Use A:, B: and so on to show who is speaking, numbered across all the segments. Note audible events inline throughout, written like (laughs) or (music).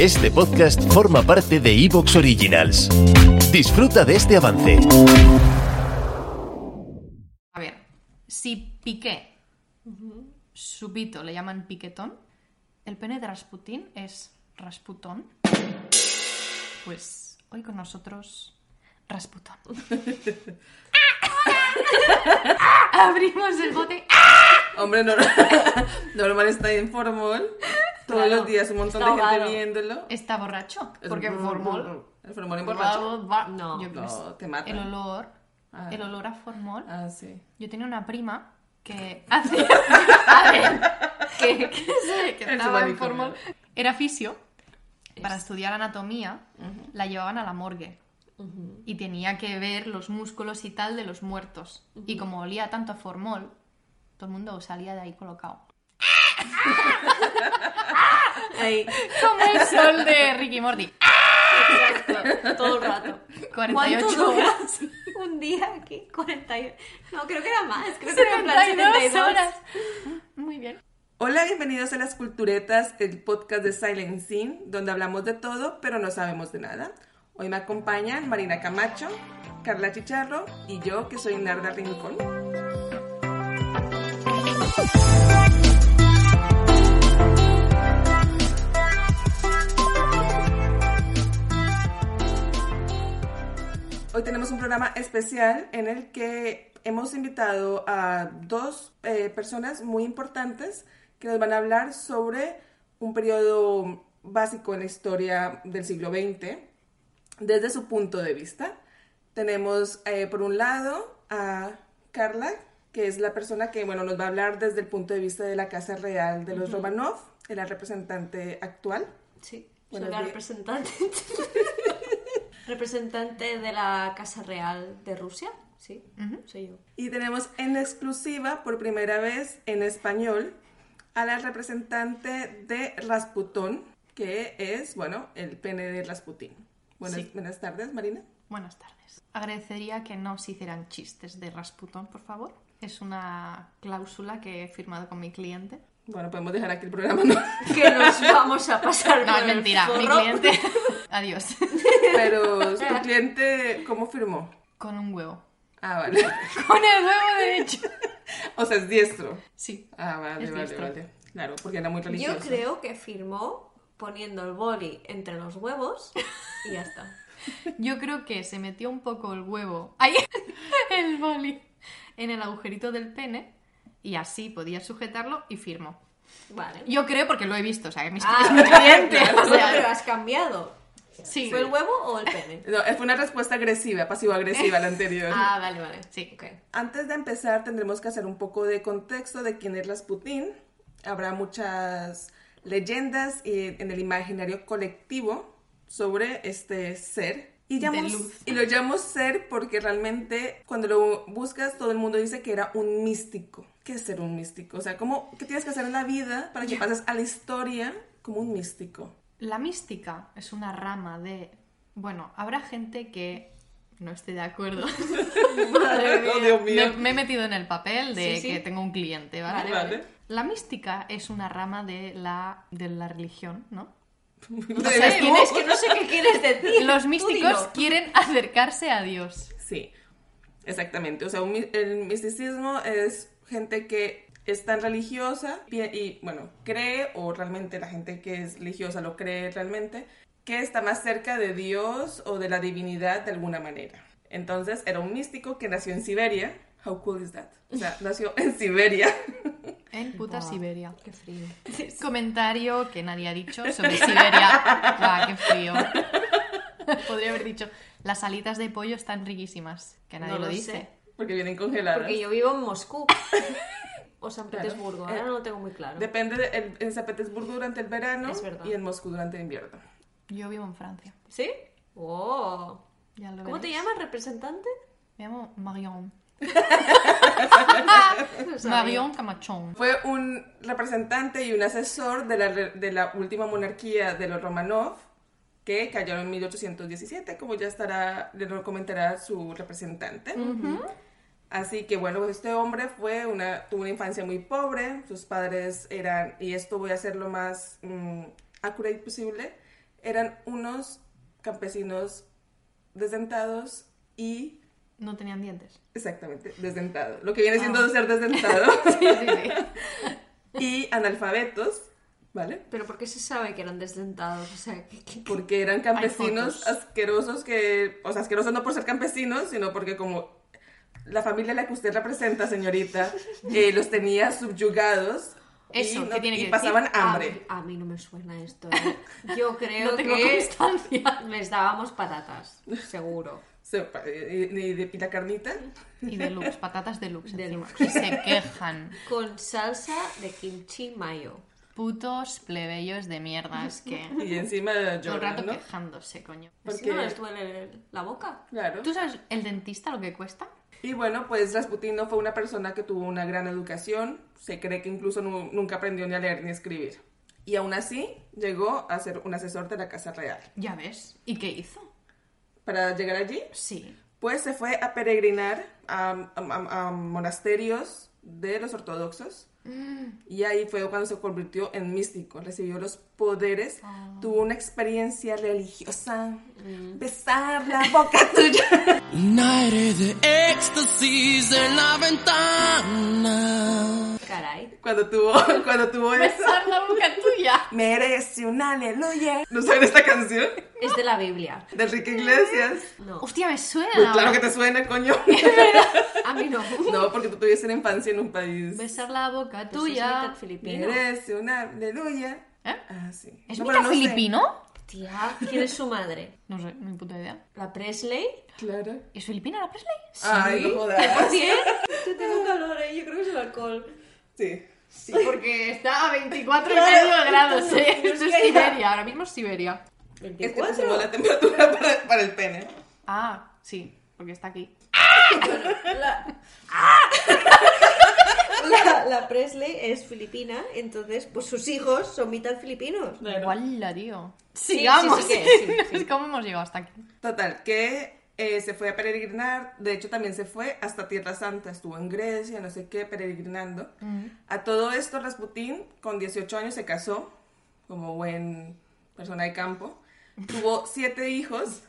A: Este podcast forma parte de Evox Originals. Disfruta de este avance.
B: A ver, si Piqué, supito, le llaman piquetón, el pene de Rasputín es Rasputón. Pues hoy con nosotros, Rasputón. Abrimos el bote.
C: Hombre, no, normal está en Formol.
B: (laughs)
C: Todos
B: Claro.
C: los días un montón
D: Está
C: de gente
D: ahogado.
C: viéndolo.
B: Está borracho,
C: Es
B: porque
C: brr,
B: formol.
C: brr, brr. El formol en borracho.
B: No,
D: No.
B: yo creo que
C: No,
B: es-
C: te mata.
B: El olor,
C: Ah.
B: el olor a formol.
C: Ah, sí.
B: Yo tenía una prima que (laughs) hace. a ver, que, que se- que
C: En su
B: estaba en
C: manicomio.
B: formol. Era fisio. Para estudiar anatomía, la llevaban a la morgue. Y tenía que ver los músculos y tal de los muertos. Y como olía tanto a formol, todo el mundo salía de ahí colocado. (laughs)
D: Ahí,
B: Como el sol de Ricky Morty.
D: exacto, todo el rato.
B: 48
D: ¿Cuánto dura?
B: horas.
D: (laughs) Un día aquí, 48. No, creo que era más, creo que era en plan 72
B: horas. Muy bien.
C: Hola, bienvenidos a Las Culturetas, el podcast de Silent Scene, donde hablamos de todo, pero no sabemos de nada. Hoy me acompañan Marina Camacho, Carla Chicharro y yo, que soy Narda Rincón. Hoy tenemos un programa especial en el que hemos invitado a dos eh, personas muy importantes que nos van a hablar sobre un periodo básico en la historia del siglo XX desde su punto de vista. Tenemos eh, por un lado a Carla, que es la persona que bueno, nos va a hablar desde el punto de vista de la Casa Real de los Romanov, de la representante actual.
D: Sí, soy
C: Buenos
D: la
B: (laughs)
C: días.
D: representante. representante de la Casa Real de Rusia, sí, soy yo.
C: Y tenemos en exclusiva, por primera vez en español, a la representante de Rasputón, que es, bueno, el pene de Rasputín. Buenas,
B: Sí.
C: buenas tardes, Marina.
B: Buenas tardes. Agradecería que no se hicieran chistes de Rasputón, por favor. Es una cláusula que he firmado con mi cliente.
C: Bueno, podemos dejar aquí el programa, ¿no? (laughs)
D: Que nos vamos a
B: (laughs)
D: pasar
B: No,
D: por
B: es
D: el
B: mentira. Mi
D: forro. (laughs)
B: cliente. Adiós.
C: Pero tu cliente, ¿cómo firmó?
B: Con un huevo.
C: Ah, vale.
B: Con el (laughs) huevo derecho.
C: O sea, es diestro.
B: Sí.
C: Ah, vale,
B: Es
C: vale,
B: diestro.
C: vale. Claro, porque era muy religioso.
D: Yo creo que firmó poniendo el boli entre los huevos y ya está.
B: Yo creo que se metió un poco el huevo. Ahí. (laughs) El boli. En el agujerito del pene. Y así podía sujetarlo y firmó.
D: Vale.
B: Yo creo porque lo he visto. O sea, que mis-
D: Ah,
B: es mi cliente.
D: claro,
B: o sea,
D: pero has cambiado.
B: sí.
D: ¿Fue el huevo o el pene?
C: No, fue una respuesta agresiva, pasivo-agresiva la anterior.
D: Ah, vale, vale.
B: Sí.
D: Ok.
C: Antes de empezar, tendremos que hacer un poco de contexto de quién es Rasputín. Habrá muchas leyendas eh, en el imaginario colectivo sobre este ser. Y, llamamos-
B: De luz.
C: y lo llamo ser porque realmente cuando lo buscas todo el mundo dice que era un místico. ¿Qué es ser un místico? O sea, ¿cómo, ¿qué tienes que hacer en la vida para que pases a la historia como un místico?
B: La mística es una rama de... Bueno, habrá gente que no esté de acuerdo.
D: (laughs) Madre mía.
C: (laughs) Oh, Dios
B: me,
C: mío.
B: me he metido en el papel de
D: Sí, sí.
B: que tengo un cliente, ¿vale?
D: Vale,
C: Vale.
B: La mística es una rama de la, de la religión, ¿no?
D: O sea, es que,
B: ¿Cómo?
D: es que no sé qué quieres decir.
B: Los
D: (laughs) Tú
B: místicos
D: dilo.
B: quieren (laughs) acercarse a Dios.
C: Sí, exactamente. O sea, un mi- el misticismo es gente que es tan religiosa pi- y, bueno, cree, o realmente la gente que es religiosa lo cree realmente, que está más cerca de Dios o de la divinidad de alguna manera. Entonces, era un místico que nació en Siberia. How cool is that? O sea, nació en Siberia. (laughs)
B: En puta
D: Buah,
B: Siberia.
D: Qué frío.
B: Comentario que nadie ha dicho sobre
D: (laughs)
B: Siberia. Buah, qué frío. Podría haber dicho, las alitas de pollo están riquísimas. Que nadie
D: No
B: lo
D: lo
B: dice.
D: sé.
C: Porque vienen congeladas.
D: Porque yo vivo en (laughs) Moscú. O San
C: Claro.
D: Petersburgo. Ahora no lo tengo muy claro.
C: Depende de- en- en San Petersburgo durante el verano
D: Es verdad.
C: y en Moscú durante el invierno.
B: Yo vivo en Francia.
D: ¿Sí? Oh.
B: Ya lo
D: ¿Cómo te
B: veréis.
D: llamas, (laughs) representante?
B: Me llamo Marion.
D: No sabía.
B: Marion Camachón.
C: Fue un representante y un asesor de la, re- de la última monarquía de los Romanov, que cayó en 1817, como ya estará, le lo comentará su representante. Así que bueno, este hombre fue una, tuvo una infancia muy pobre, sus padres eran, y esto voy a hacer lo más mm, accurate posible, eran unos campesinos desdentados y...
B: No tenían dientes.
C: Exactamente, desdentado. Lo que viene siendo ser desdentado.
B: Sí, sí, sí.
C: y analfabetos, ¿vale?
D: Pero ¿por qué se sabe que eran desdentados? O sea, que- que- que-
C: Porque eran campesinos
B: Hay fotos.
C: asquerosos que, o sea, asquerosos no por ser campesinos, sino porque como la familia a la que usted representa,
B: (laughs)
C: señorita, eh, los tenía subyugados
B: Eso,
C: y,
B: ¿qué tiene
C: y
B: que decir? Ah,
C: pasaban
D: A mí,
C: hambre.
D: a mí no me suena esto. ¿eh? (laughs) Yo creo
B: No tengo
D: que
B: constancia.
D: les dábamos patatas, seguro.
C: Se- pa- eh, Ni de pita carnita.
B: Y deluxe, patatas deluxe. encima.
D: Deluxe.
B: Y se quejan.
D: Con salsa de kimchi mayo.
B: Putos plebeyos de mierda. Es que.
C: Y
B: (laughs)
C: encima
B: Todo el rato
C: lloran, ¿no?
B: quejándose, coño.
C: Porque-
D: Si no les duele la boca.
C: Claro.
B: ¿Tú sabes el dentista lo que cuesta?
C: Y bueno, pues Rasputin no fue una persona que tuvo una gran educación. Se cree que incluso nu- nunca aprendió ni a leer ni a escribir. Y aún así llegó a ser un asesor de la Casa Real.
B: Ya ves. ¿Y qué hizo?
C: Para llegar allí,
B: Sí.
C: pues se fue a peregrinar a, a- a- a monasterios de los ortodoxos.
B: Mm.
C: Y ahí fue cuando se convirtió en místico, recibió los poderes,
B: Ah.
C: tuvo una experiencia religiosa,
B: Mm.
C: besar la boca (laughs) tuya.
E: Aire de éxtasis en la ventana.
D: Caray.
C: Cuando tuvo, cuando
B: (laughs)
C: tuvo eso,
B: Besar la boca tuya.
C: merece un aleluya. ¿No saben esta canción?
D: Es de la Biblia.
C: De Enrique
B: (laughs)
C: Iglesias.
D: No.
B: Hostia, me suena.
C: Pues claro que te suena, coño. (laughs)
D: A mí (laughs) no.
C: No, porque tú tuviste una infancia en un país.
B: Besar la boca
D: Pues es
B: tuya.
D: mitad filipino.
C: Merece un aleluya.
B: ¿Eh?
C: Ah, sí.
B: ¿Es
C: No,
B: mitad
C: pero no sé.
B: filipino?
D: Tía, ¿quién es su madre?
B: No sé, ni puta idea.
D: ¿La Presley?
C: Claro.
B: ¿Es filipina la Presley?
C: Ay, no (laughs) jodas.
D: ¿Bien? Ah, Yo tengo calor, ¿eh? yo creo que es el alcohol.
C: Sí.
B: Sí, porque está a 24 y medio grados,
C: (laughs)
B: ¿eh? Eso es Siberia, ahora mismo es Siberia.
C: Es que
D: 24.
C: este te subió la temperatura (laughs) para, para el pene.
B: Ah, sí, porque está aquí.
D: La... (laughs) La, la Presley es filipina, entonces pues sus hijos son mitad filipinos.
B: Igual la tío.
D: Sí,
B: Sigamos.
D: sí, sí que es, sí,
B: No sé (laughs) ¿Cómo hemos llegado hasta aquí?
C: Total, que eh, se fue a peregrinar. De hecho, también se fue hasta Tierra Santa. Estuvo en Grecia, no sé qué, peregrinando. A todo esto, Rasputín, con 18 años, se casó como buen persona de (laughs) campo. Tuvo siete hijos.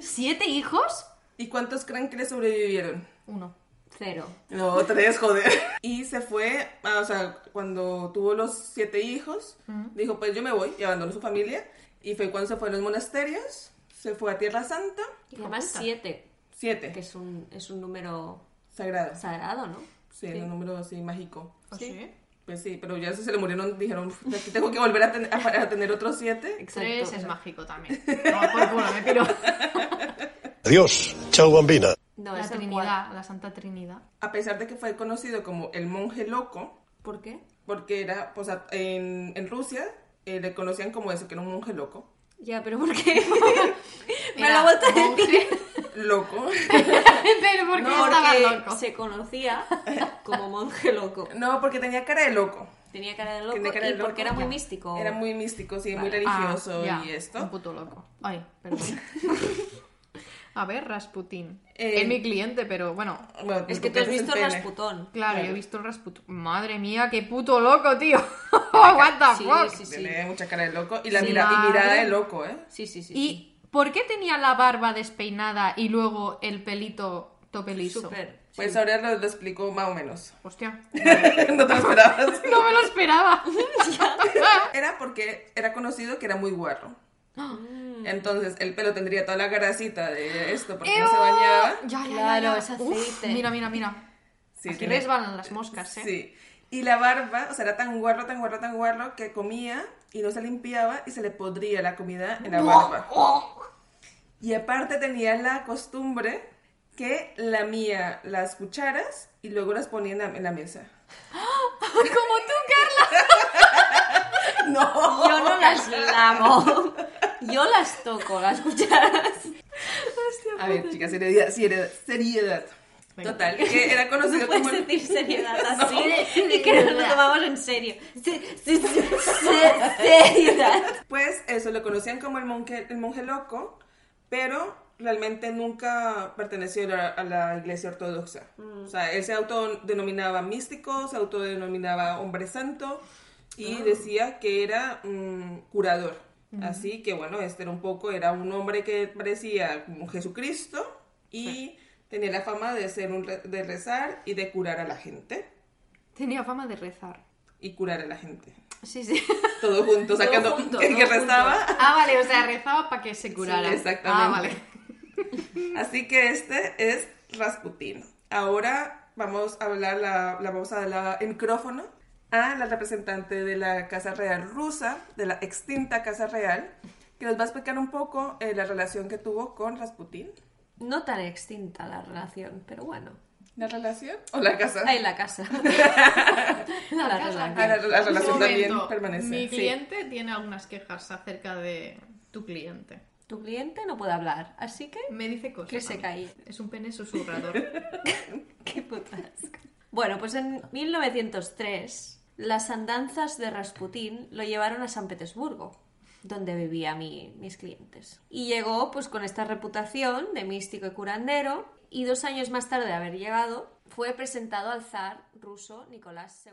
B: ¿Siete hijos?
C: ¿Y cuántos creen que le sobrevivieron?
B: Uno.
D: Cero.
C: No, tres, joder. Y se fue, ah, o sea, cuando tuvo los siete hijos, dijo, pues yo me voy, y abandonó su familia. Y fue cuando se fue a los monasterios, se fue a Tierra Santa,
D: Y además
B: puta.
D: siete, que
C: siete,
D: es un, es un número
C: sagrado.
D: sagrado, ¿no?
C: Sí, era un número así mágico.
B: ¿O ¿Ah, sí?
C: Pues sí, pero ya se le murieron, dijeron, "Uf, aquí tengo que volver a, ten- a- a tener otros siete.
B: Tres es mágico también. (laughs) No, por culo, me tiro.
F: Adiós. Chao, bambina.
D: No,
B: La
D: es el cual.
B: Trinidad, la Santa Trinidad.
C: A pesar de que fue conocido como el monje loco,
D: ¿Por qué?
C: porque era, pues a- en, en Rusia eh, le conocían como eso, que era un monje loco. (laughs)
D: Ya, pero ¿por qué? Me
B: Era
D: la vuelta a
B: monje.
D: decir.
C: (laughs) Loco.
B: (laughs) Pero porque
D: No,
B: estaba
D: porque
B: loco.
D: se conocía como monje loco.
C: No, porque tenía cara de loco.
D: Tenía cara de loco
C: Tenía cara de
D: y porque era
C: loco,
D: muy
C: ya.
D: místico.
C: Era muy místico, sí, muy
B: Ah,
C: religioso
B: ya,
C: y
B: Un
C: esto.
B: puto loco. Ay, perdón. (laughs) A ver, Rasputín.
C: Eh,
B: es mi cliente, pero bueno.
C: Bueno,
D: Es que tú has
C: tocas el
D: visto
C: pene.
D: Rasputón.
B: Claro, yo he visto el Rasputín. Madre mía, qué puto loco, tío. (laughs) What the
D: Sí,
B: fuck.
D: sí, sí.
C: Tiene mucha cara de loco y la
B: Sí.
C: mira- y mirada
B: Madre.
C: de loco, ¿eh?
D: Sí, sí, sí. sí.
B: ¿Y por qué tenía la barba despeinada y luego el pelito topelizo?
D: Súper.
C: Pues ahora lo, lo explico más o menos. (laughs)
B: Hostia.
C: no te
D: (laughs)
C: lo esperabas.
B: No me lo
C: (laughs)
B: esperaba.
C: Era porque era conocido que era muy guarro.
D: Ah.
C: Entonces el pelo tendría toda la grasita de esto porque no se
B: ¡Ew!
C: bañaba.
B: Ya, ya, ya,
D: Claro,
B: ya.
D: es
B: Uf,
D: aceite.
B: mira, mira, mira.
C: Sí,
B: Aquí
C: tiene-
B: resbalan las moscas, ¿eh?
C: Sí. Y la barba, o sea, era tan guarro, tan guarro, tan guarro que comía y no se limpiaba y se le podría la comida en la barba. Y aparte tenía la costumbre que lamía las cucharas y luego las ponía en la, en
D: (gasps)
C: la mesa.
B: Como tú, Carla.
C: (laughs) No.
D: Yo no las lavo. Yo las toco, las cucharas.
C: A ver, chicas, seriedad, seriedad, seriedad. Total, que
D: (laughs)
C: era conocido
D: No puedes
C: como el-
D: decir seriedad así y que nos lo tomamos en serio. Se- se- se- se- (laughs) Seriedad.
C: Pues eso, lo conocían como el monje, el monje loco, pero realmente nunca perteneció a la, a la iglesia ortodoxa. O sea, él se autodenominaba místico, se autodenominaba hombre santo y decía que era mm, curador. Así que bueno, este era un poco, era un hombre que parecía como Jesucristo y tenía la fama de ser un re- de rezar y de curar a la gente.
B: Tenía fama de rezar.
C: Y curar a la gente.
D: Sí, sí.
C: Todo junto,
D: Todo
C: sacando
D: junto,
C: el que
D: todo
C: rezaba.
B: (laughs) Ah, vale, o sea, rezaba para que se curara.
C: exactamente.
B: Ah, vale.
C: Así que este es Rasputín. Ahora vamos a hablar, la, la vamos a dar la- el micrófono a la representante de la Casa Real rusa, de la extinta Casa Real, que nos va a explicar un poco eh, la relación que tuvo con Rasputín.
D: No tan extinta la relación, pero bueno.
C: ¿La relación? ¿O la casa?
D: Ahí Ah, la (laughs) casa. la,
B: casa.
D: relación.
C: Ah, la, la
B: Un
C: relación también
B: momento.
C: permanece.
B: Mi
C: Sí.
B: cliente tiene algunas quejas acerca de tu cliente.
D: Tu cliente no puede hablar, así que...
B: Me dice cosas.
D: Que se
B: a mí.
D: calle.
B: Es un pene
C: (laughs)
B: susurrador.
D: Qué puta asco. Bueno, pues en 1903 las andanzas de Rasputín lo llevaron a San Petersburgo, donde vivía mi- mis clientes. Y llegó pues con esta reputación de místico y curandero y dos años más tarde de haber llegado fue presentado al zar ruso Nicolás II.